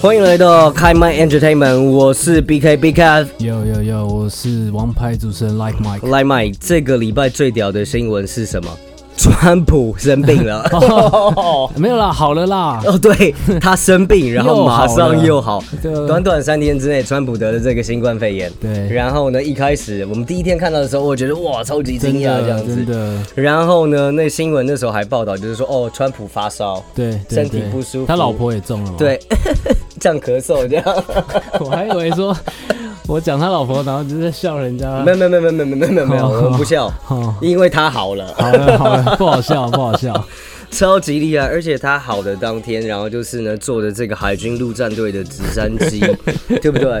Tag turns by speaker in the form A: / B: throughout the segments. A: 欢迎来到开麦 Entertainment，我是 BK BK
B: 有有有，我是王牌主持人 Like Mike。
A: 来麦。这个礼拜最屌的新闻是什么？川普生病 了。 哦，
B: 没有啦，好了啦，
A: 对他生病，然后马上又好，
B: 又好了
A: 短短三天之内，川普得了这个新冠肺炎。
B: 对
A: 然后呢，一开始我们第一天看到的时候，我觉得哇，超级惊
B: 真
A: 讶这样
B: 的
A: 子
B: 真。的，
A: 然后呢，那新闻那时候还报道，就是说哦，川普发烧，
B: 对，对
A: 身体
B: 对
A: 不舒服
B: 他老婆也中了嘛。，
A: 对， 这样咳嗽这样。
B: 我还以为说我讲他老婆，然后就在笑人 家。
A: 没有没有没有没有没有没有没有没有，
B: 哦
A: 我们不笑
B: 哦，
A: 因为他好了。
B: 好了好了， 不好笑不好笑。
A: 超级厉害，而且他好的当天，然后就是呢，坐着这个海军陆战队的直升 机，对不对？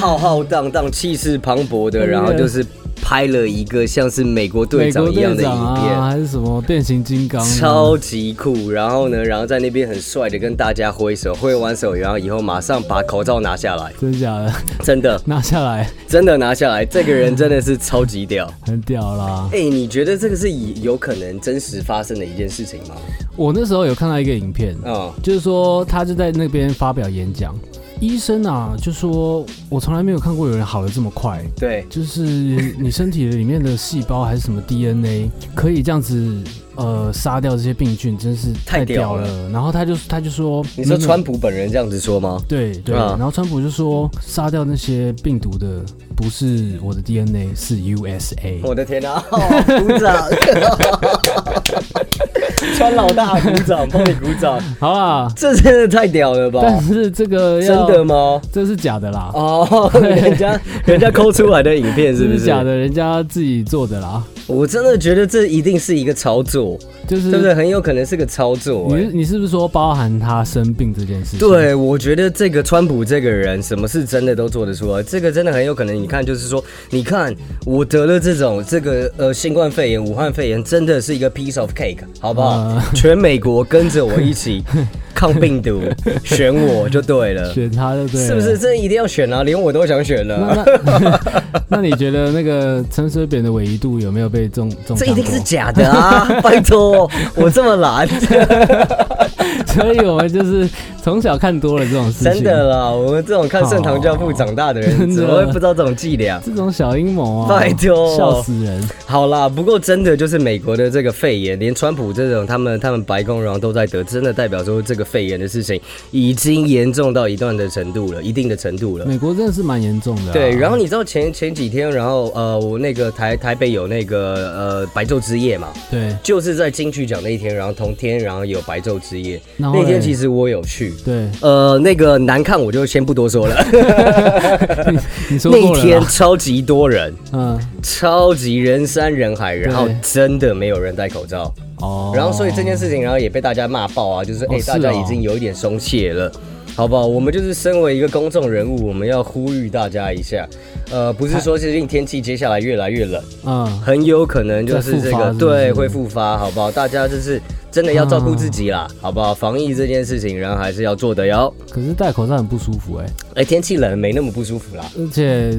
A: 浩浩荡荡、气势磅礴的，然后就是拍了一个像是美国 队
B: 美国
A: 长一样
B: 队
A: 的影
B: 长
A: 片。
B: 啊，还是什么变形金刚啊？
A: 超级酷，然后呢，然后在那边很帅的跟大家挥手，挥完手，然后以后马上把口罩拿下来，
B: 真假的，
A: 真的，
B: 拿下来
A: 真的拿下来，这个人真的是超级 屌。
B: 很屌啦。
A: 哎、你觉得这个是以有可能真实发生的一件事情吗？
B: 我那时候有看到一个影片，
A: 嗯，
B: 就是说他就在那边发表演讲，医生啊就说，我从来没有看过有人好的这么快。
A: 对，
B: 就是你身体里面的细胞还是什么 DNA，可以这样子呃杀掉这些病菌，真是
A: 太
B: 太
A: 屌
B: 屌
A: 了
B: 了。然后他就他就说，
A: 你说
B: 没有
A: 川普本人这样子说吗？
B: 对对、
A: 啊
B: 然后川普就说杀掉那些病毒的不是我的 DNA，是 USA。
A: 我的天啊！鼓掌！川老大鼓掌，帮你鼓掌，
B: 好啦，
A: 这真的太屌了吧？
B: 但是这个
A: 真
B: 要
A: 的？吗？
B: 这是假的啦，
A: 哦，人家人家抠出来的影片是
B: 这
A: 不
B: 是
A: 是
B: 假？的，人家自己做的啦，
A: 我真的觉得这一定是一个操作，
B: 就是
A: 对不对？很有可能是个操作、
B: 嗯你
A: 哎
B: 是你是不是说包含他生病这件事情？
A: 对，我觉得这个川普这个人，什么事真的都做得出来。这个真的很有可能，你看，就是说，你看我得了这种这个呃新冠肺炎、武汉肺炎，真的是一个 piece of cake，好不好？
B: 呃
A: 全美国跟着我一起抗病毒， 选我就对了，
B: 选他就对了，
A: 是不是？这一定要选啊，连我都想选
B: 啊
A: 了。
B: 那那 那你觉得那个陈水扁的纬一度有没有被中中？
A: 这一定是，假的啊！拜托，我这么懒，
B: 所以我们就是从小看多了这种事情，
A: 真的啦！我们这种看圣堂教父长大的人，
B: 真的
A: 怎么会不知道这种伎俩？
B: 这种小阴谋啊，
A: 拜托
B: 笑死人！
A: 好啦，不过真的就是美国的这个肺炎，连川普这种他们他们白宫然后都在得，真的代表说这个肺炎的事情已经严重到一段的程度了，一定的程度了。
B: 美国真的是蛮严重的啊、
A: 对，然后你知道前前几天，然后呃，我那个台台北有那个呃白昼之夜嘛，
B: 对
A: 就是在金曲奖那一天，然后同天然后有白昼之夜，
B: 然后嘞
A: 那天其实我有去。
B: 对，
A: 呃，那个难看我就先不多 说了。
B: 你说过
A: 那
B: 了
A: 天
B: 啦，
A: 超级多人，
B: 嗯，
A: 超级人山人海，然后真的没有人戴口罩。
B: 哦，
A: 然后所以这件事情，然后也被大家骂爆啊，就是哎、
B: 哦是
A: 大家
B: 哦
A: 已经有一点松懈了。好不好？我们就是身为一个公众人物，我们要呼吁大家一下，呃，不是说最近天气接下来越来越冷，
B: 嗯，
A: 很有可能就是这
B: 再复发
A: 个
B: 是不是
A: 对会复发，好不好？大家就是真的要照顾自己啦，好不好？防疫这件事情，然后还是要做的哟。
B: 可是戴口罩很不舒服哎、
A: 哎、天气冷没那么不舒服啦。
B: 而且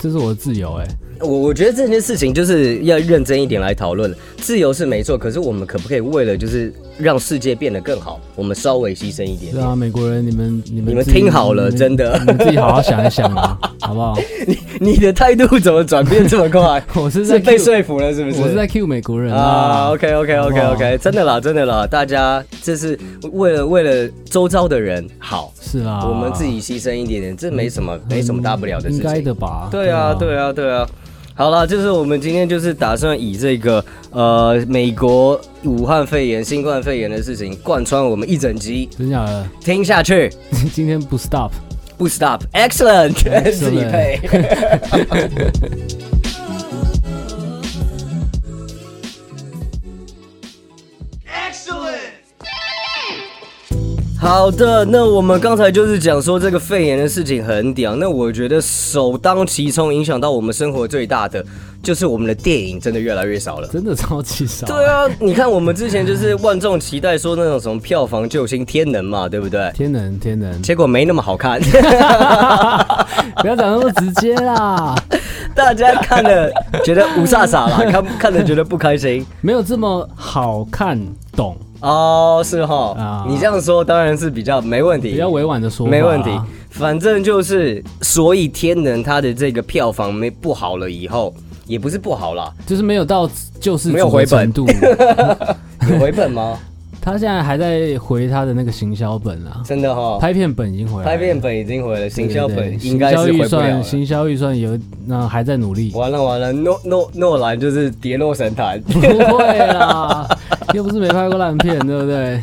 B: 这是我的自由哎、
A: 我我觉得这件事情就是要认真一点来讨论。自由是没错，可是我们可不可以为了就是让世界变得更好，我们稍微牺牲一点
B: 对？啊，美国人，你们你们
A: 你们
B: 自己
A: 听好了
B: 你们
A: 真的
B: 你们自己好好想一想啊，好不 好？
A: 你你的态度怎么转变这么快？
B: 我是在
A: 是被
B: cue-
A: 说服了是不是？
B: 我是在 Q 美国人
A: 啊，OK OK
B: 好不
A: OK
B: 好
A: OK，真的啦，真的啦，大家这是为了为了周遭的人好，
B: 是啦，
A: 我们自己牺牲一点点，这没什么
B: 啊嗯
A: 没什么大不了的事
B: 应该
A: 情。
B: 的吧？
A: 对啊，对啊，对啊。好啦，就是我们今天就是打算以这个呃美国武汉肺炎、新冠肺炎的事情贯穿我们一整集，
B: 真假的，
A: 听下去
B: 今天不 stop。
A: 不 stop，excellent，自 己配。好的，那我们刚才就是讲说这个肺炎的事情很屌，那我觉得首当其冲影响到我们生活最大的，就是我们的电影真的越来越少了。
B: 真的超级少。
A: 对啊，你看我们之前就是万众期待说那种什么票房救星天能嘛，对不对？
B: 天能天能，
A: 结果没那么好看。
B: 不要讲那么直接啦。
A: 大家看了觉得无煞傻啦， 看看了觉得不开心
B: 没有这么好看懂，
A: 哦，是哈
B: 啊。
A: 你这样说当然是比较没问题，
B: 比较委婉的说、啊
A: 没问题。反正就是，所以天能它的这个票房没不好了以后，也不是不好 啦，
B: 就是没有到救世主
A: 没有回
B: 的
A: 本
B: 程度。
A: 有回本吗？
B: 他现在还在回他的那个行销本啊，
A: 真的哈，
B: 拍片本已经回来了，
A: 哦拍片本已经回了，
B: 对
A: 行
B: 对
A: 销
B: 对
A: 本应该是回
B: 行销预
A: 不了
B: 算，
A: 了。
B: 行销预算有那还在努力。
A: 完了完了，诺诺诺兰就是跌落神坛。
B: 不会啦，又不是没拍过烂片，对不对？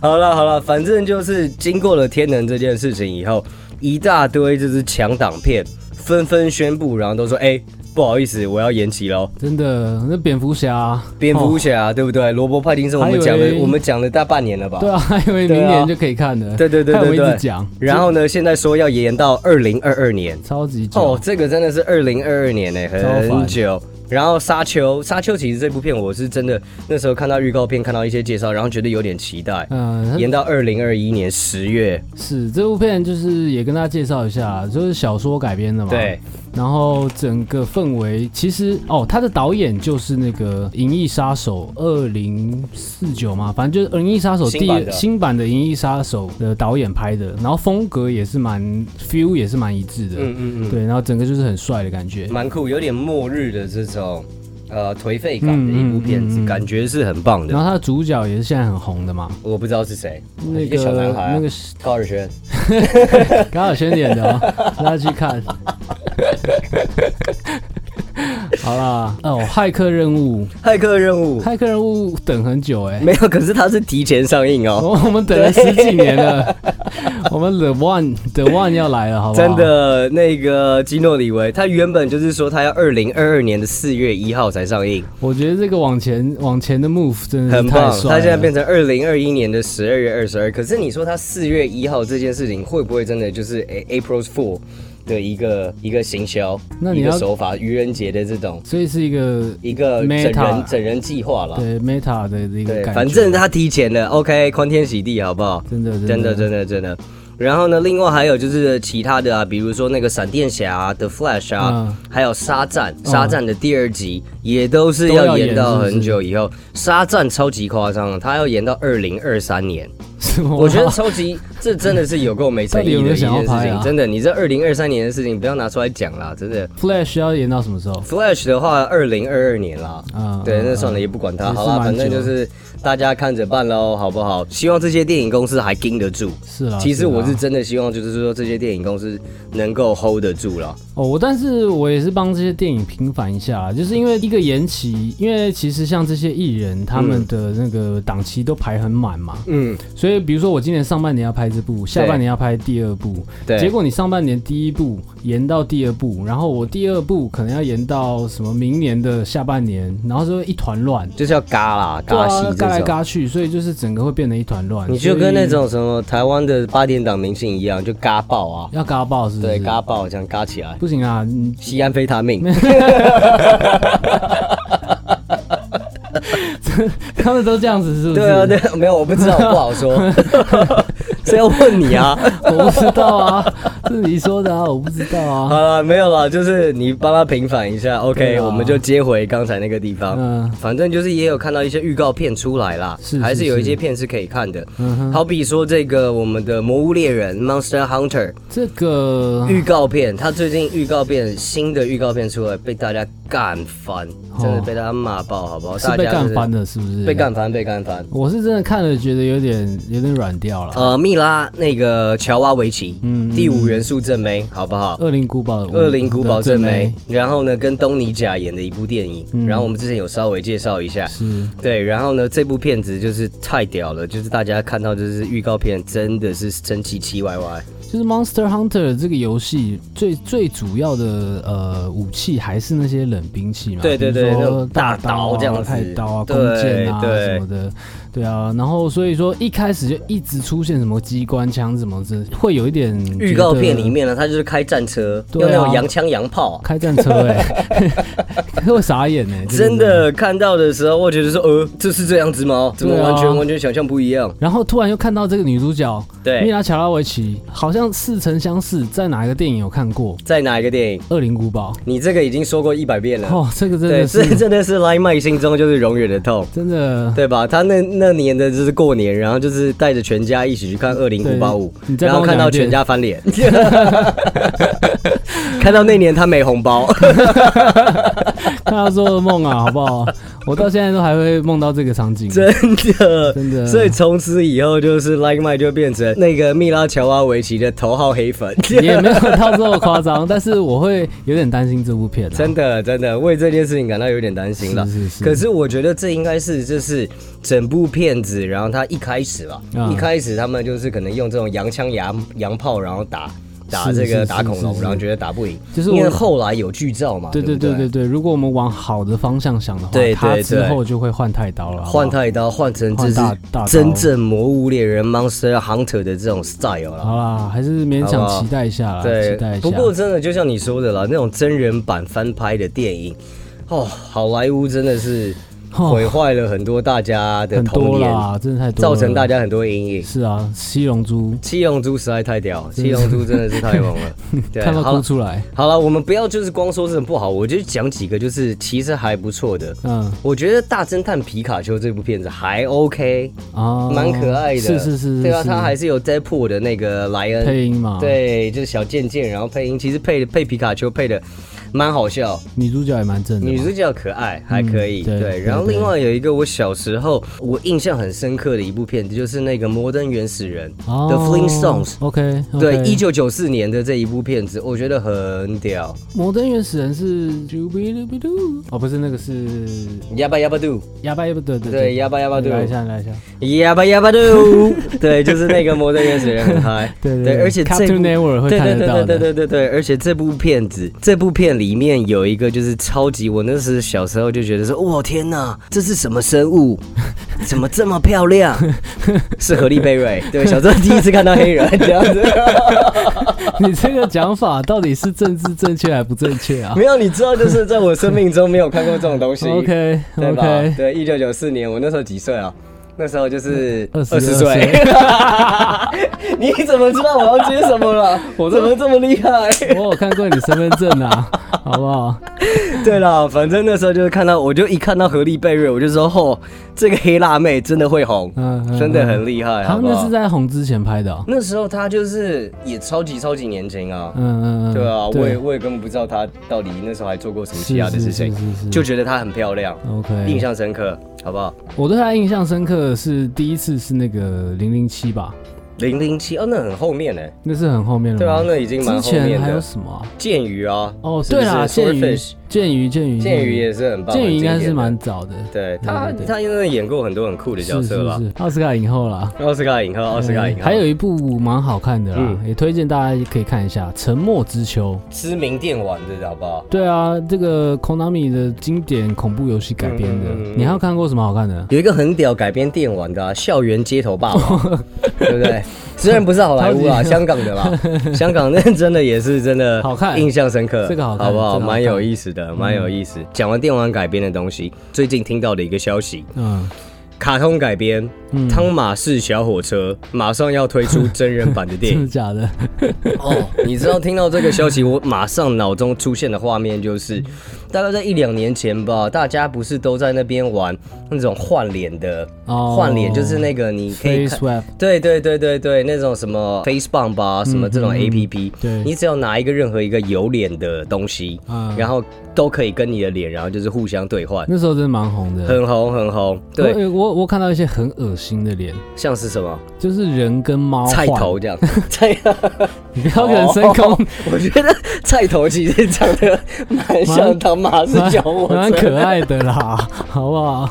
A: 好了好了，反正就是经过了天能这件事情以后，一大堆就是强档片纷纷宣布，然后都说哎、不好意思，我要延期喽。
B: 真的，那蝙蝠侠，
A: 蝙蝠
B: 哦
A: 侠、对不对？罗伯·派丁森，我们讲
B: 还以
A: 了
B: 为
A: 我们讲了大半年了吧？
B: 对啊， 还以为明年就可以看了，
A: 对啊对对
B: 还有
A: 对
B: 一直
A: 对。
B: 讲，
A: 然后呢，现在说要延到二零二二年。
B: 超级久，
A: 哦，这个真的是二零二二年呢、哎
B: 超
A: 很
B: 烦
A: 久。然后《沙丘》，《沙丘》其实这部片我是真的那时候看到预告片，看到一些介绍，然后觉得有点期待，
B: 嗯、
A: 延到二零二一年十月。
B: 是这部片就是也跟大家介绍一下，就是小说改编的嘛，
A: 对，
B: 然后整个氛围其实哦，他的导演就是那个《银翼杀手二零四九》嘛，反正就是《银翼杀手》
A: 新
B: 第
A: 版的
B: 新版的《银翼杀手》的导演拍的，然后风格也是蛮 feel 也是蛮一致的，
A: 嗯嗯嗯，
B: 对，然后整个就是很帅的感觉。
A: 蛮酷，有点末日的这种呃颓废感的一部片子，
B: 嗯嗯嗯嗯
A: 感觉是很棒
B: 然
A: 的。
B: 后他的主角也是现在很红的嘛，
A: 我不知道是谁，
B: 那
A: 一个
B: 个
A: 小男孩啊、
B: 那个
A: 高尔轩，
B: 高晓轩演 的、哦，大家去看。好啦，哦，骇客任务，
A: 骇客任 务
B: 骇客任务等很久哎、
A: 没有，可是它是提前上映哦。
B: 我我们等了十几年了，我们 The One The One 要来了，好不好？
A: 真，的，那个基诺里维，他原本就是说他要二零二二年的四月一号才上映，
B: 我觉得这个往前往前的 move 真的
A: 很
B: 是嗯太
A: 棒。
B: 帅了。
A: 他现在变成二零二一年的十二月二十二，可是你说他四月一号这件事情会不会真的就是诶 April Fool 的一个一个行销，
B: 那
A: 一
B: 你
A: 个
B: 要
A: 手法，愚人节的这种
B: 所以是一个
A: 一个整
B: Meta
A: 人整人计划啦。
B: 对 Meta 的一个
A: 对，
B: 感觉，
A: 反正他提前了，OK，欢天喜地，好不好？
B: 真的
A: 真的
B: 的
A: 真的真的。然后呢，另外还有就是其他的啊，比如说那个闪电侠、啊、The Flash 啊，
B: 嗯哦
A: 还有沙赞，沙赞的第二集、也都是
B: 都
A: 要
B: 要
A: 演
B: 演
A: 到
B: 是不是
A: 很久以后。沙赞超级夸张，他要演到二零二三年，
B: 什么啊
A: 我觉得超级这真的是有够没诚
B: 到底
A: 意
B: 有
A: 的
B: 没有
A: 一件
B: 想要
A: 事
B: 拍
A: 情。
B: 啊
A: 真的，你这二零二三年的事情不要拿出来讲啦，真的。
B: Flash 要演到什么时候？
A: Flash 的话，二零二二年啦。
B: 嗯，
A: 对，
B: 嗯
A: 那算了，
B: 嗯
A: 也不管它，
B: 也是
A: 好啦，
B: 蛮
A: 反正
B: 久
A: 就是大家看着办喽，好不好？希望这些电影公司还盯得住。
B: 啊是啦。
A: 其实我
B: 啦
A: 是真的希望，就是说这些电影公司能够 hold 得住了。
B: 哦，我但是我也是帮这些电影平反一下，啊就是因为一个延期，因为其实像这些艺人他们的那个档期都排很满嘛，
A: 嗯，
B: 所以比如说我今年上半年要拍这部，下半年要拍第二部，
A: 对。
B: 结果你上半年第一部延到第二部，然后我第二部可能要延到什么明年的下半年，然后就会一团乱，
A: 就是要嘎啦，
B: 对
A: 嘎戏
B: 啊，嘎来
A: 这种。
B: 嘎去，所以就是整个会变得一团乱。
A: 你就
B: 所以
A: 跟那种什么台湾的八点档明星一样，就嘎爆啊，
B: 要嘎爆是不是？
A: 对，嘎爆这样嘎起来，
B: 不行啊，你
A: 吸安非他 命。
B: 他们都这样子是不是？
A: 对啊，对，没有，我不知道，我不好 说。谁要问你啊？
B: 我不知道啊，是你说的啊，我不知道啊。
A: 好了，没有了，就是你帮他平反一下，OK，、
B: 对啊
A: 我们就接回刚才那个地方。
B: 嗯
A: 反正就是也有看到一些预告片出来啦，
B: 是
A: 还是
B: 是
A: 有一
B: 是
A: 些片是可以看的。
B: 嗯哼，
A: 好比说这个我们的《魔物猎人》（Monster Hunter）
B: 这个嗯
A: 预告片，它最近预告片新的预告片出来，被大家干翻，真的被大家骂爆，好不好？
B: 哦是
A: 大
B: 被
A: 家就
B: 干
A: 是
B: 翻的，是不是？
A: 被。干翻，被干翻。
B: 我是真的看了，觉得有点有点软掉了。
A: 呃，蜜拉那个乔娃维奇，
B: 嗯
A: 第五元素正妹，好不好？
B: 恶灵古堡，
A: 恶灵古堡正
B: 正嗯
A: 妹，然后呢，跟东尼贾演的一部电影，然后我们之前有稍微介绍一下，
B: 是
A: 对，然后呢，这部片子就是太屌了，就是大家看到就是预告片，真的是真奇奇歪歪，
B: 就是 Monster Hunter 这个游戏最最主要的呃武器还是那些冷兵器嘛，
A: 对对对
B: 比
A: 那
B: 如说
A: 种大
B: 大
A: 刀这样子
B: 太刀啊、
A: 对
B: 弓箭啊
A: 对
B: 什么的。对啊，然后所以说一开始就一直出现什么机关枪什么这，会有一点
A: 预告片里面呢，他就是开战车，
B: 对啊
A: 用那种洋枪洋炮啊、
B: 开战车 哎、 欸，会傻眼哎、
A: 真。的看到的时候，我觉得说，呃，这是这样子吗？怎么
B: 对啊
A: 完全、完全想象不一样？
B: 然后突然又看到这个女主角
A: 对
B: 米拉乔拉维奇，好像似曾相识，在哪一个电影有看过《
A: 在哪一个电影？
B: 恶灵古堡
A: 你这个已经说过一百遍》？了，
B: 哦，这个 真
A: 对，
B: 的
A: 这
B: 是
A: 真的是 Line m 心中就是永远的痛。
B: 真 的
A: 对吧？他那那年的就是过年，然后就是带着全家一起去看《二零五八五
B: 对你》，再
A: 然
B: 帮
A: 后
B: 我
A: 看
B: 讲
A: 到
B: 一遍
A: 全家翻脸， 看到那年他没红包，
B: 看他做噩梦啊，好不 好？我到现在都还会梦到这个场景，
A: 真的。
B: 真 的。
A: 所以从此以后，就是 Like Mike 就变成那个密拉乔瓦维奇的头号黑 粉，
B: 也没有到这么夸张， 但是我会有点担心这部片、啊。
A: 真的真的为这件事情感到有点担心了。
B: 是是
A: 嗯
B: 是
A: 可是我觉得这应该是就是整部片子，然后他一开始吧，
B: 啊
A: 一开始他们就是可能用这种洋枪洋洋炮，然后打打
B: 是
A: 这
B: 是
A: 个
B: 是
A: 打恐龙
B: 是，是
A: 然后觉得打不赢，
B: 就是我
A: 因为后来有剧照嘛，
B: 对
A: 对
B: 对
A: 不
B: 对对对，如果我们往好的方向想的话，
A: 对对
B: 它之
A: 对
B: 后就会换太刀了。好不好
A: 换太刀换成这
B: 换
A: 是
B: 大大刀
A: 真正魔物猎人 Monster Hunter 的这种 style 了。
B: 好啦，还是勉
A: 好
B: 强
A: 不好
B: 期待一下啦，啊期
A: 对
B: 待一
A: 不
B: 下。，
A: 过真的就像你说的啦，那种真人版翻拍的电影，哦，好莱坞真的是
B: 哦
A: 毁坏了很多大家的
B: 很
A: 童
B: 多
A: 年，
B: 啦，真的太多了，
A: 造成大家很多阴影。
B: 是啊，七龙珠
A: 七龙珠实在太屌，
B: 嗯
A: 七龙珠真的是太猛 了。对，
B: 看到
A: 好
B: 哭
A: 了，
B: 出来，
A: 好了，我们不要就是光说这种不好，我就讲几个就是其实还不错的。
B: 嗯
A: 我觉得《大侦探皮卡丘》这部片子还 OK，
B: 啊，
A: 蛮可爱的。
B: 是是是，是
A: 对啊，
B: 是
A: 它还是有 Deadpool 的那个莱恩
B: 配音嘛，，
A: 对，就是小贱贱，然后配音，其实配的配皮卡丘配的蛮好笑，
B: 女主角也蛮正的嘛，
A: 女主角可爱，还可以。
B: 嗯对
A: 对，
B: 对
A: 然后
B: 对
A: 另外有一个我小时候我印象很深刻的一部片子，就是那个《摩登原始人》
B: 哦
A: 的 Flintstones。
B: OK，
A: 对，一九九四年的这一部片子，我觉得很屌。
B: 摩登原始人是 Jubilee 哦，不是那个是
A: 哑巴哑巴嘟，
B: 哑巴也不对对
A: 对，哑巴哑巴嘟，
B: 来一下来一下，
A: 哑巴哑巴嘟，对，就是那个《摩登原始人》很嗨。
B: 对对
A: 对，而且这
B: Cartoon
A: 部
B: Network 会
A: 对
B: 看
A: 对
B: 得
A: 对
B: 到
A: 对
B: 的，
A: 对对对对，而且这部片子，这部片里面有一个就是超级，我那时小时候就觉得说，哇天哪，这是什么生物？怎么这么漂亮？是荷丽贝瑞。对，小时候第一次看到黑人这样子，
B: 你这个讲法到底是政治正确还不正确啊
A: 没有，你知道，就是在我生命中没有看过这种东西。
B: ？OK
A: 对吧
B: OK，
A: 对，一九九四年，我那时候几岁啊？那时候就是
B: 嗯
A: 二十
B: 20
A: 岁。 你怎么知道我要接什么 了？我怎么这么厉害？
B: 我有看过你身份证 啊，好不好？
A: 对啦，反正那时候就是看到，我就一看到何丽贝瑞，我就说：“吼、这个黑辣妹真的会红，
B: 嗯嗯
A: 真的很厉害，
B: 他
A: 好
B: 们
A: 不
B: 那
A: 好
B: 是在红之前拍的哦、？”
A: 那时候她就是也超级超级年轻啊，
B: 嗯嗯嗯，
A: 对啊，我也啊
B: 对
A: 我也根本不知道她到底那时候还做过什么其他的
B: 是
A: 事
B: 是
A: 情，
B: 是是是
A: 就觉得她很漂亮，印
B: OK。
A: 象深刻，好不好？
B: 我对他印象深刻的是第一次是那个零零七吧，
A: 零零七哦，那很后面呢、
B: 那是很后面了
A: 对
B: 吗。
A: 啊，那已经蛮
B: 嗯
A: 后
B: 之
A: 面
B: 前还有
A: 的。
B: 什么啊？
A: 剑鱼啊，
B: 哦，
A: 是不
B: 对
A: 是
B: 啦，剑鱼
A: Swordfish，，
B: 剑鱼，剑鱼，
A: 剑鱼也是很棒，
B: 嗯剑鱼应该
A: 很经典
B: 是
A: 的
B: 蛮早的，
A: 对他
B: 对对对
A: 他因为演过很多很酷的角
B: 是
A: 色
B: 是
A: 啦，
B: 是，奥斯卡影后啦。
A: 奥斯卡影后，奥斯卡影啊后，
B: 还有一部蛮好看的啦，
A: 嗯
B: 也推荐大家可以看一下《沉默之丘》。
A: 知名电玩的好不好？
B: 对啊，这个 Konami 的经典恐怖游戏改编的，
A: 嗯嗯嗯嗯
B: 你还有看过什么好看的？
A: 有一个很屌改编电玩的、啊《校园街头霸王》， 对不对？虽然不是好莱坞啦，
B: 超级
A: 香港的 啦，香港那真的也是真的
B: 好看
A: 印象深刻，
B: 这个好看
A: 不好？
B: 这个好看嗯
A: 蛮有意思的，蛮有意思。讲完电玩改编的东西，最近听到的一个消息，
B: 嗯，
A: 卡通改编
B: 嗯
A: 《汤 马士小火车》马上要推出真人版的电
B: 真
A: 影
B: 的假的？
A: 哦。你知道听到这个消息，我马上脑中出现的画面
B: 嗯
A: 就是，大概在一两年前吧，大家不是都在那边玩那种换脸的。
B: 哦
A: 换脸就是那个你可以
B: Face
A: 看，
B: Swap，
A: 对对对对对，那种什么 Face Bump 啊，什么这种
B: 嗯嗯
A: A P P，
B: 对
A: 你只要拿一个任何一个有脸的东西，
B: 嗯
A: 然后都可以跟你的脸，然后就是互相兑换，
B: 那时候真的蛮红的。
A: 很红很红。对，
B: 我我我看到一些很恶心的脸，
A: 像是什么
B: 就是人跟猫
A: 菜
B: 换，
A: 头这哦样， 菜，
B: 你不要人身攻，
A: 我觉得菜头其实长得蛮像唐马 是小火
B: 蛮
A: 车，
B: 可爱的啦， 好不好？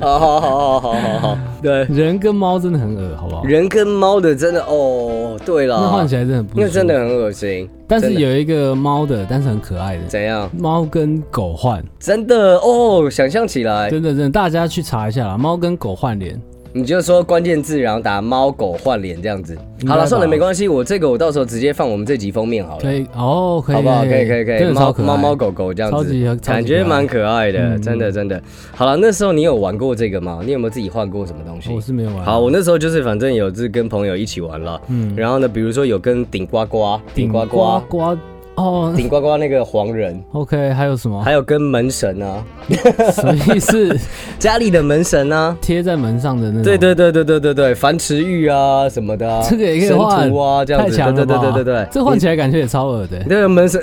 A: 好好好好好好好，对，
B: 人跟猫真的很恶，好不好？
A: 人跟猫的真的哦，对
B: 那换
A: 了
B: 起，来真的很不，
A: 那真的。很恶心，
B: 但是
A: 真的
B: 有一个猫的，但是很可爱的
A: 怎样？
B: 猫跟狗换，
A: 真的哦，想象起来，
B: 真的真的，大家去查一下啦，猫跟狗换脸，
A: 你就说关键字，然后打猫狗换脸这样子。
B: 应该
A: 好了，
B: 吧
A: 算了，没关系，我这个我到时候直接放我们这集封面好了。
B: 可以哦，可以，
A: 好不好？可以可以可以，
B: 真的
A: 猫
B: 超可爱，
A: 猫猫狗狗这样
B: 超级超
A: 子，
B: 级
A: 感觉蛮可爱的，真的真的。好了，那时候你有玩过这个吗？你有没有自己换过什么东西？
B: 哦我是没有玩，
A: 好，我那时候就是反正有是跟朋友一起玩了，嗯，然后呢，比如说有跟顶呱呱、顶呱
B: 呱
A: 呱、
B: 呱哦
A: 顶呱呱那个黄人，
B: ，OK，还有 什么？
A: 还有跟门神啊，
B: 什么意思？
A: 家里的门神啊，
B: 贴在门上的那种？
A: 对对对对对对对，繁殖玉啊什么的啊，
B: 这个也可以
A: 神
B: 换
A: 图啊这样
B: 太
A: 子，
B: 强
A: 对
B: 了
A: 对对
B: 吧
A: 对对对，
B: 这换起来感觉也超恶的欸
A: 你。那个门神，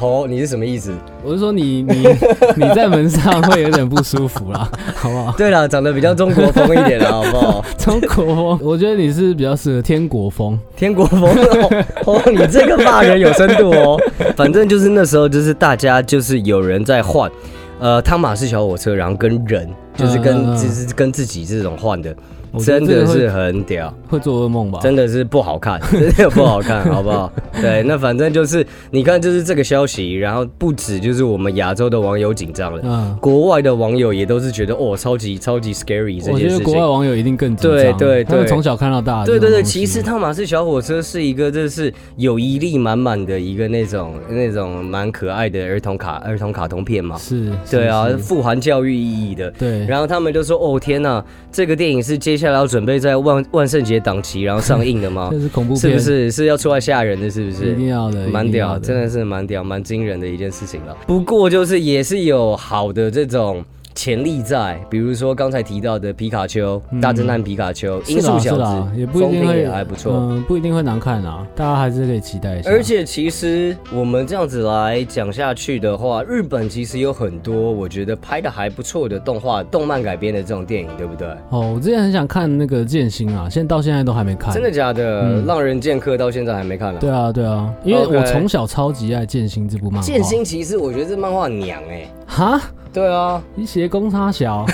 A: 哦，你是什么意思？
B: 我是说你你 你在门上会有点不舒服啦， 好不好？
A: 对了，长得比较中国风一点了，好不好？
B: 中国风，我觉得你是比较适合天国风。
A: 天国风哦，哦你这个骂人有深度哦。 反正就是那时候，就是大家就是有人在换，呃，汤马士小火车，然后跟人，就是跟、
B: 嗯嗯嗯
A: 就是跟自己这种换的，
B: 我觉得
A: 真
B: 这
A: 的
B: 个会
A: 是很屌。
B: 会做噩梦吧？
A: 真的是不好 看，真的不好看，好不好？对，那反正就是你看，就是这个消息，然后不止就是我们亚洲的网友紧张了，
B: 嗯，
A: 国外的网友也都是觉得哦，超级超级 scary 这
B: 我
A: 件
B: 觉
A: 事情。
B: 得国外网友一定更紧张，啊
A: 对对
B: 他们
A: 对
B: 从小看到大的啊这
A: 对
B: 种
A: 对
B: 东西。
A: 对，骑士套马式小火车是一个，这是有一力满满的一个那种那种蛮可爱的儿童卡儿童卡通片嘛。
B: 是，是
A: 对啊，
B: 是
A: 富含教育意义的。
B: 对，
A: 然后他们就说：“哦天呐，这个电影是接下来要准备在万万圣节档期然后上映的吗
B: 这？是恐怖
A: 是
B: 片，
A: 不是是要出来吓人的？是不是？
B: 一定要的，
A: 蛮
B: 一定
A: 屌，
B: 要
A: 真的是蛮屌，蛮惊人的一件事 情了。不过就是也是有好的这种潜力在，比如说刚才提到的皮卡丘、大侦探皮卡丘、
B: 嗯是
A: 音速
B: 啦是
A: 小
B: 啦，
A: 子，
B: 也不一定
A: 风评
B: 会
A: 也还不错。
B: 嗯，不一定会难看啊，大家还是可以期待一下。
A: 而且其实我们这样子来讲下去的话，日本其实有很多我觉得拍的还不错的动画、动漫改编的这种电影，对不对？
B: 哦，我之前很想看那个剑心啊，现在到现在都还没看。
A: 真的假的？浪人剑客到现在还没看呢、
B: 嗯对啊啊，对啊，因为
A: OK
B: 我从小超级爱《剑心》这部漫画。
A: 剑心骑士，我觉得这漫画很娘哎、
B: 哈，
A: 对啊，
B: 你写公差小，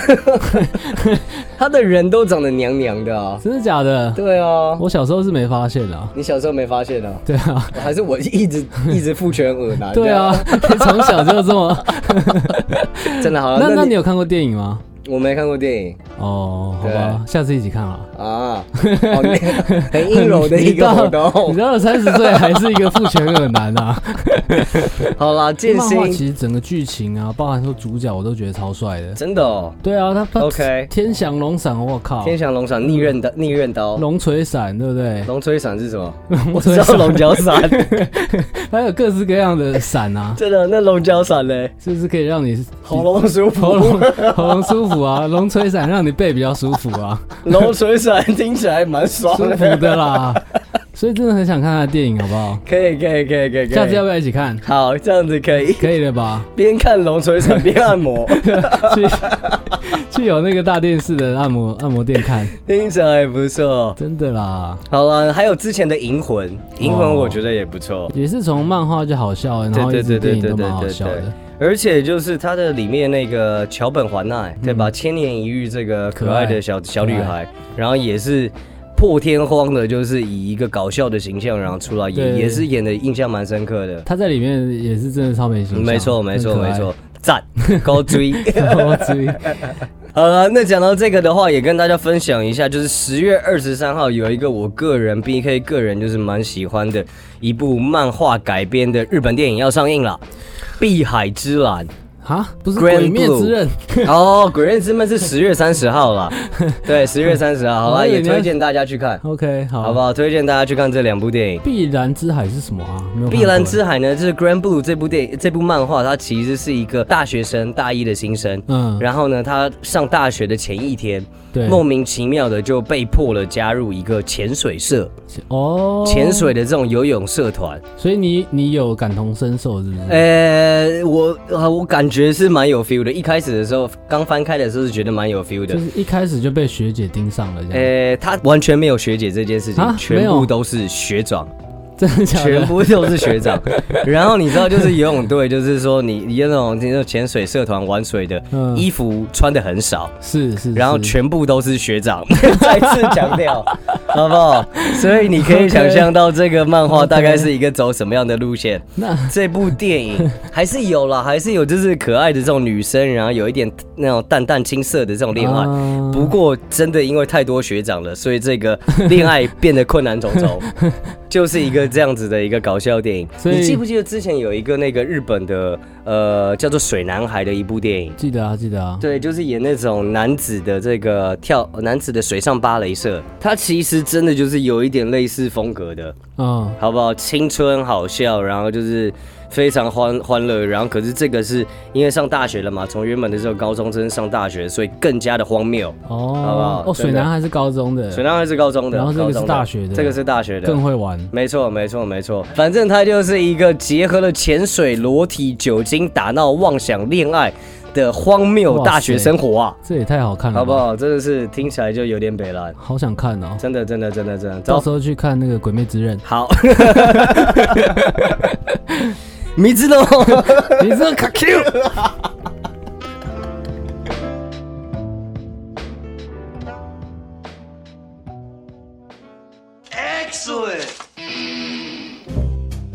A: 他的人都长得娘娘的啊。
B: 真的假的？
A: 对啊，
B: 我小时候是没发现啊。
A: 你小时候没发现啊？
B: 对啊，
A: 还是我一直 一直父权恶男？
B: 对啊， 从小就这么。
A: 这样，真的好了。
B: 那
A: 那
B: 那
A: 你
B: 你有看过电影吗？
A: 我没看过电影
B: 哦，好吧，下次一起看啊。
A: 啊，好你 很阴柔的一个活
B: 你
A: 动。
B: 到了三十岁还是一个父权恶男 啊！
A: 好啦，剑
B: 漫画
A: 心
B: 其实整个剧情啊，包含说主角，我都觉得超帅的。
A: 真的哦。
B: 对啊，他他
A: OK
B: 天翔龙闪，我靠，
A: 天翔嗯龙闪逆刃刀，逆刃刀，
B: 嗯龙锤闪，对不对？
A: 龙吹伞是什么？我知道龙角 伞，
B: 还有各式各样的闪啊，
A: 真的那龙角伞嘞，
B: 就是可以 让你
A: 喉咙舒
B: 喉
A: 服。
B: 咙喉咙舒服啊，龙吹伞让你背比较舒服 啊，
A: 龙吹伞听起来蛮爽
B: 舒服
A: 的，
B: 的啦。所以真的很想看他的电影，好不好？
A: 可以可以可以可以。可以
B: 下次要不要一起看？
A: 好这样子可以，
B: 可以了吧？
A: 边看龙吹伞边按 摩，
B: 去去有那个大电视的按摩按摩店看，
A: 听起来不错。
B: 真的啦，
A: 好了，还有之前的《银魂》，《银魂》
B: 哦
A: 我觉得也不错。
B: 也是从漫画就好笑了，然后一直电影都蛮好笑的。，
A: 而且就是它的里面那个桥本环奈，
B: 嗯
A: 对吧？千年一遇这个可爱的小小女孩，然后也是破天荒的，就是以一个搞笑的形象，然后出来
B: 对
A: 演，也是演的印象蛮深刻的。
B: 他在里面也是真的超没形象，
A: 没错，没错，
B: 很可爱
A: 没错。，赞，高 追。
B: 我注意
A: 好了，那讲到这个的话，也跟大家分享一下，就是十月二十三号有一个我个人 B K 个人就是蛮喜欢的一部漫画改编的日本电影要上映了，《碧海之蓝》。
B: 啊，不是 《
A: Grand
B: 鬼灭之刃》
A: 哦，《鬼刃之门》是十月三十号 了，对，十月三十号，好吧，
B: 我以为
A: 也
B: 你要
A: 推荐大家去看，
B: ？OK，好，
A: 好不。好？推荐大家去看这两部电影。
B: 碧蓝之海是什么啊？没有
A: 《
B: 看
A: 碧蓝
B: 过
A: 之海》呢，就是《Grand Blue》这部电影，这部漫画，它其实是一个大学生大一的新生，
B: 嗯，
A: 然后呢，他上大学的前一天，
B: 对，
A: 莫名其妙的就被迫了加入一个潜水社、
B: 哦，
A: 潜，水的这种游泳社团。
B: 所以你你有感同身受是不是？
A: 呃，我啊我感觉是蛮有 feel 的，一开始的时候刚翻开的时候是觉得蛮有 feel 的
B: 就。是一开始就被学姐盯上了这样。
A: 呃，他完全没有学姐这件事情，
B: 嗯啊
A: 全部都是学长。
B: 真的假
A: 哎全
B: 的？
A: 部都是学 长。然后你知道，就是游泳队，就是说你你那种那种潜水社团玩水的，
B: 嗯
A: 衣服穿的很少，
B: 是是是，
A: 然后全部都是学 长。再次强调，好不好？所以你可以想象到这个漫画大概是一个走什么样的路线。
B: 那
A: 这部电影还是有啦，还是有，就是可爱的这种女生，然后有一点那种淡淡青涩的这种恋爱。
B: 啊
A: 不过真的因为太多学长了，所以这 个恋爱变得困难重重，就是一个这样子的一个搞笑电影。
B: 所以
A: 你记不记得之前有一个那个日本的呃叫做《水男孩》的一部电影？
B: 记得啊，记得啊，
A: 对，就是演那种男子的这个跳男子的水上芭蕾社，它其实真的就是有一点类似风格的，
B: 嗯，
A: 好不好？青春好笑，然后就是非常欢欢乐，然后可是这个是因为上大学了嘛，从原本的时候高中生上大学，所以更加的荒谬。
B: 哦，
A: 好不好
B: 哦，水
A: 真的
B: 男还是高中的，
A: 水浪还是高中的，
B: 然后这个
A: 高
B: 是
A: 中的
B: 大学的
A: 这个是大学的
B: 更。会玩，
A: 没错，没错，没错。反正它就是一个结合了潜水、裸体、酒精、打闹、妄想、恋爱的荒谬
B: 哇
A: 大学
B: 塞
A: 生活啊，
B: 这也太好看了，
A: 好不？好？真的是听起来就有点北蓝，
B: 好想看哦，
A: 真的，真的，真的，真的。
B: 到
A: 走，
B: 时候去看那个《鬼灭之 刃
A: 好。迷之龙，》，
B: 你这卡 Q，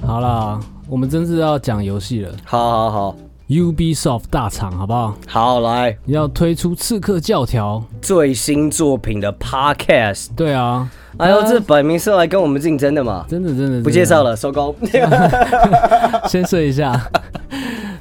B: 好啦，我们真是要讲游戏了
A: 好好好
B: ，Ubisoft 大厂好不好？
A: 好来
B: 要推出《刺客教条》，
A: 最新作品的 Podcast。
B: 对啊，啊
A: 哎呦，这摆明是来跟我们竞争的嘛！
B: 真的真的
A: 不介绍
B: 了，
A: 了，收工。
B: 先睡一下。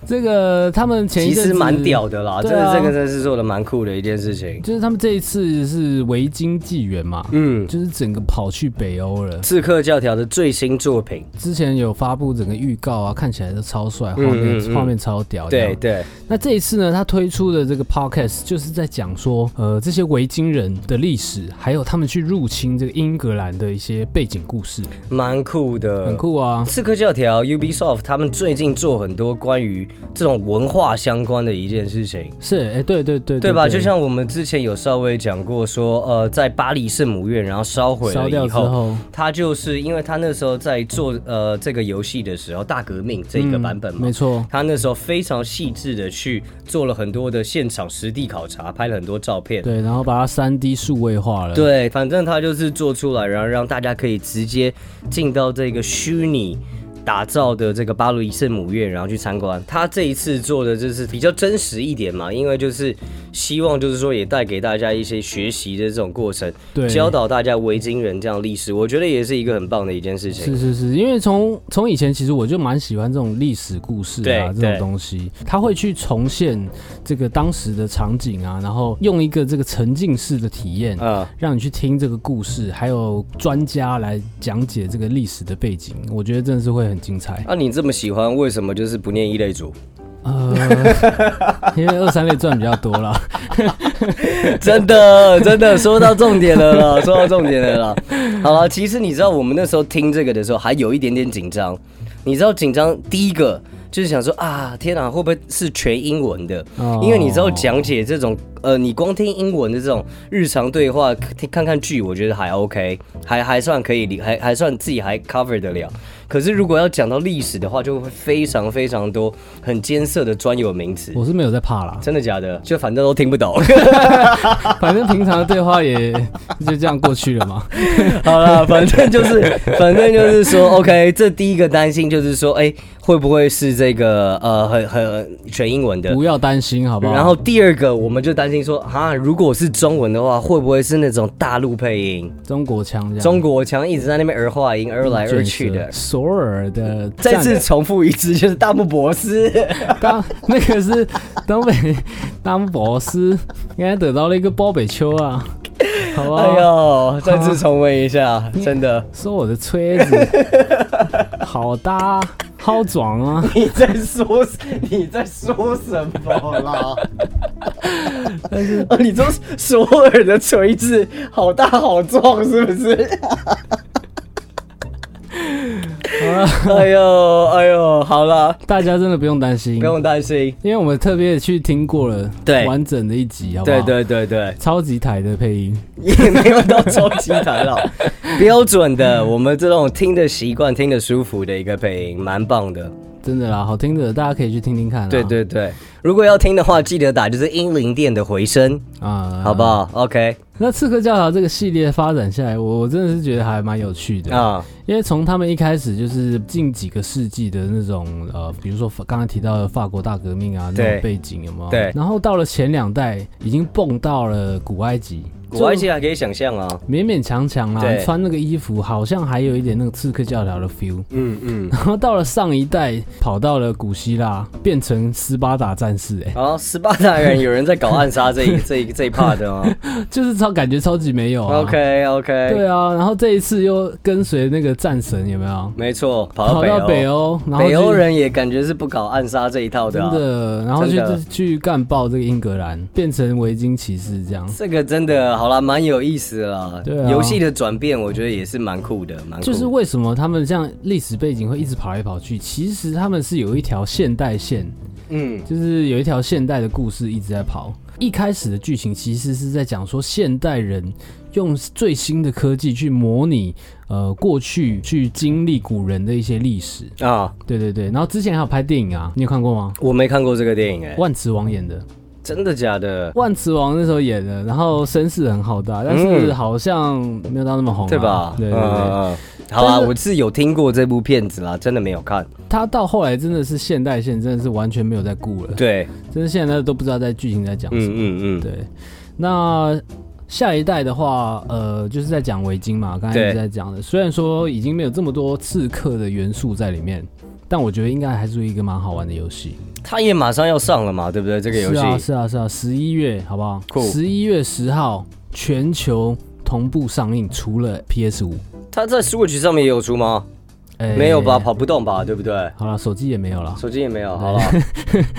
B: 这个他们前一
A: 其
B: 阵
A: 实
B: 子
A: 蛮屌的啦，
B: 对
A: 真的
B: 啊
A: 这个真是做的蛮酷的一件事情。
B: 就是他们这一次是维京纪元嘛，
A: 嗯，
B: 就是整个跑去北欧了。
A: 刺客教条的最新作品，
B: 之前有发布整个预告啊，看起来都超帅，画面
A: 嗯嗯嗯
B: 画、面超屌。
A: 对，对，
B: 那这一次呢，他推出的这个 podcast 就是在讲说，呃，这些维京人的历史，还有他们去入侵这个英格兰的一些背景故事，
A: 蛮酷的，
B: 很。酷啊。
A: 刺客教条 Ubisoft 他们最近做很多关于这种文化相关的一件事情，
B: 是，哎、对对对，
A: 对吧？就像我们之前有稍微讲过说，呃，在巴黎圣母院然后烧毁
B: 烧
A: 了
B: 掉
A: 以
B: 之
A: 后，
B: 后，
A: 他就是因为他那时候在做呃这个游戏的时候，大革命这个版本嘛，
B: 嗯没错，
A: 他那时候非常细致的去做了很多的现场实地考察，拍了很多照片。
B: 对，然后把它三 D 数位化了，，
A: 对，反正他就是做出来，然后让大家可以直接进到这个虚拟打造的这个巴黎圣母院，然后去参观。他这一次做的就是比较真实一点嘛，因为就是希望就是说也带给大家一些学习的这种过程，
B: 对
A: 教导大家维京人这样的历史，我觉得也是一个很棒的一件事情。
B: 是是是，因为从从以前其实我就蛮喜欢这种历史故事啊，
A: 对
B: 这种
A: 对
B: 东西，它会去重现这个当时的场景啊，然后用一个这个沉浸式的体验，
A: 嗯，
B: 让你去听这个故事，还有专家来讲解这个历史的背景，我觉得真的是会很精彩。
A: 那、你这么喜欢，为什么就是不念一类组？
B: 呃， 因为二三类赚比较多啦，
A: 真的，真的说到重点了啦，说到重点了啦。好了，其实你知道我们那时候听这个的时候还有一点点紧张，你知道紧张第一个就是想说啊，天哪，会不会是全英文的？
B: 哦
A: 因为你知道讲解这种呃，你光听英文的这种日常对话，听看看剧，我觉得还 OK，还还算可以理，还还算自己还 cover 得了。可是如果要讲到历史的话，就会非常非常多很艰涩的专有名词。
B: 我是没有在怕啦，
A: 真的假的？就反正都听不懂。
B: 反正平常的对话也就这样过去了 嘛。
A: 好了，反正就是， 反正就是说，OK，这第一个担心就是说，哎、会不会是这个呃，很很全英文的？
B: 不要担心，好不好？
A: 然后第二个，我们就担心说，啊，如果是中文的话，会不会是那种大陆配音，
B: 中国腔这样，
A: 中国腔一直在那边儿化音，儿来儿去的。
B: 索尔的
A: 再
B: 战
A: 次重复一次，就是大木博 士。
B: 当那个是东北当博士，应该得到了一个包北秋啊，好不好？
A: 哎呦，再次重温一下，真的，
B: 说我的吹子好搭，好壮啊！
A: 你在说你在说什么啦？
B: 但是
A: 哦，你说索尔的锤子 好大好壮，是不是？
B: 么了？
A: 哎呦哎呦，好了，
B: 大家真的不用担心，
A: 不用担心。
B: 因为我们特别去听过了，
A: 对
B: 完整的一集，好不好？
A: 对，对对对，
B: 超级台的配音，
A: 也没有到超级台 了，标准的，我们这种听的习惯、听的舒服的一个配音，蛮棒的。
B: 真的啦，好听的，大家可以去听听看啦。
A: 对对对，如果要听的话，记得打就是英灵殿的回声，
B: 啊，
A: 好不好？OK
B: 那《刺客教条》这个系列发展下来，我我真的是觉得还蛮有趣的，
A: 啊，
B: 因为从他们一开始就是近几个世纪的那种呃，比如说法刚才提到的法国大革命啊那
A: 对
B: 种背景有没有？
A: 对
B: 然后到了前两代，已经蹦到了古埃及，
A: 古埃及还可以想象啊，
B: 勉勉强强啦，
A: 对
B: 穿那个衣服好像还有一点那个刺客教条的 feel。
A: 嗯嗯，
B: 然后到了上一代，跑到了古希腊，变成斯巴达战士、哎，
A: 好，啊斯巴达人有人在搞暗杀这一这一这一 part 的哦
B: 就是超感觉超级没有、啊。
A: ，OK OK，
B: 对啊，然后这一次又跟随那个战神，有没有？
A: 没错，跑
B: 跑
A: 到
B: 到
A: 北
B: 北
A: 欧，
B: 欧，然后
A: 北欧
B: 去
A: 人也感觉是不搞暗杀这一套的
B: 真
A: 啊，
B: 的，然后
A: 真
B: 去
A: 的
B: 去干爆这个英格兰，变成维京骑士这样。
A: 这个真的好啦，蛮有意思的啦。
B: 对啊
A: 游戏的转变我觉得也是蛮酷的，蛮酷的
B: 就是为什么他们这样历史背景会一直跑来跑去？其实他们是有一条现代线，
A: 嗯
B: 就是有一条现代的故事一直在跑。一开始的剧情其实是在讲说，现代人用最新的科技去模拟呃过去去经历古人的一些历史。
A: 啊，
B: 对对对，然后之前还有拍电影啊，你有看过吗？
A: 我没看过这个电影哎、
B: 万磁王演的，
A: 真的假的？
B: 万磁王那时候演的，然后声势很浩大，但是好像没有到那么红、
A: 嗯
B: 啊，
A: 对吧？
B: 对对对，
A: 嗯嗯嗯好啦，
B: 但是
A: 我是有听过这部片子啦，真的没有看。
B: 他到后来真的是现代线，真的是完全没有在顾了，
A: 对，
B: 真是现在都不知道在剧情在讲什么。
A: 嗯嗯嗯，
B: 对，那下一代的话，呃，就是在讲维京嘛，刚才
A: 对
B: 一直在讲的，虽然说已经没有这么多刺客的元素在里面。但我觉得应该还是一个蛮好玩的游戏。
A: 它也马上要上了嘛，对不对？这个游
B: 是啊，
A: 戏
B: 是啊，是啊，十一月好不好？
A: Cool
B: 十一月十号全球同步上映，除了 PS 五。
A: 它在 Switch 上面也有出吗？
B: 哎
A: 没有吧，跑不动吧，对不对？
B: 好了，手机也没有了。
A: 手机也没有，好 了，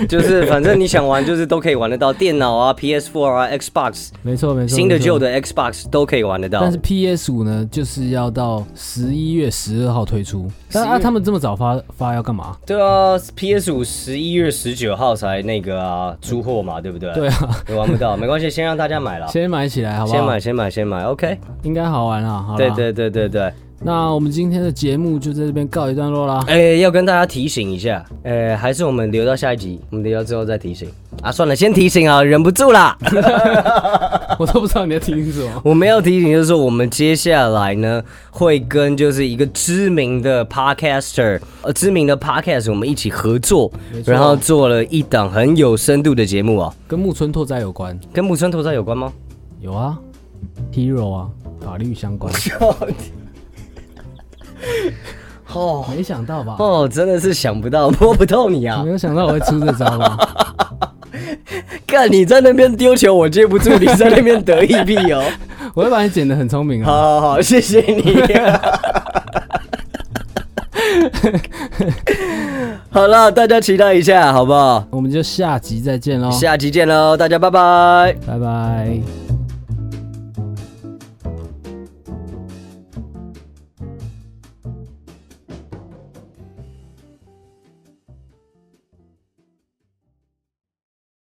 A: 就是反正你想玩，就是都可以玩得到，电脑啊、PS4 啊、Xbox，
B: 没错没错，
A: 新的、
B: 没错
A: 旧。的 Xbox 都可以玩得到。
B: 但是 PS 五呢，就是要到十一月十二号推出。但
A: 11
B: 啊，
A: 月
B: 他们这么早发发要干嘛？
A: 对啊，PS 五十一月十九号才那个啊出货嘛，对不对？
B: 对啊，
A: 也玩不 到，没关系，先让大家买了，
B: 先买起来好不好？
A: 先买，先买，先买，OK。
B: 应该好玩啦。好啦
A: 对。对对对对，
B: 那我们今天的节目就在这边告一段落啦。
A: 哎、要跟大家提醒一下，哎、还是我们留到下一集，我们留到最后再提醒啊。算了，先提醒啊，忍不住啦。
B: 我都不知道你在听什么。
A: 我们要提醒就是说，我们接下来呢会跟就是一个知名的 podcaster，呃，知名的 podcast，我们一起合作，
B: 没错
A: 然后做了一档很有深度的节目啊，
B: 跟木村拓哉有关？
A: 跟木村拓哉有关吗？
B: 有啊，Hero 啊，法律 相关。
A: 哦
B: 没想到吧？
A: 哦，真的是想不到，摸不透你啊
B: 没！有想到我会出这招 吧？
A: 看你在那边丢球，我接不住，你在那边得意屁 哦。
B: 我会把你剪得很聪明
A: 好好
B: 啊。
A: 好，谢谢 你。好了，大家期待一下，好不好？
B: 我们就下集再见喽，
A: 下期见喽，大家拜拜。
B: 拜拜。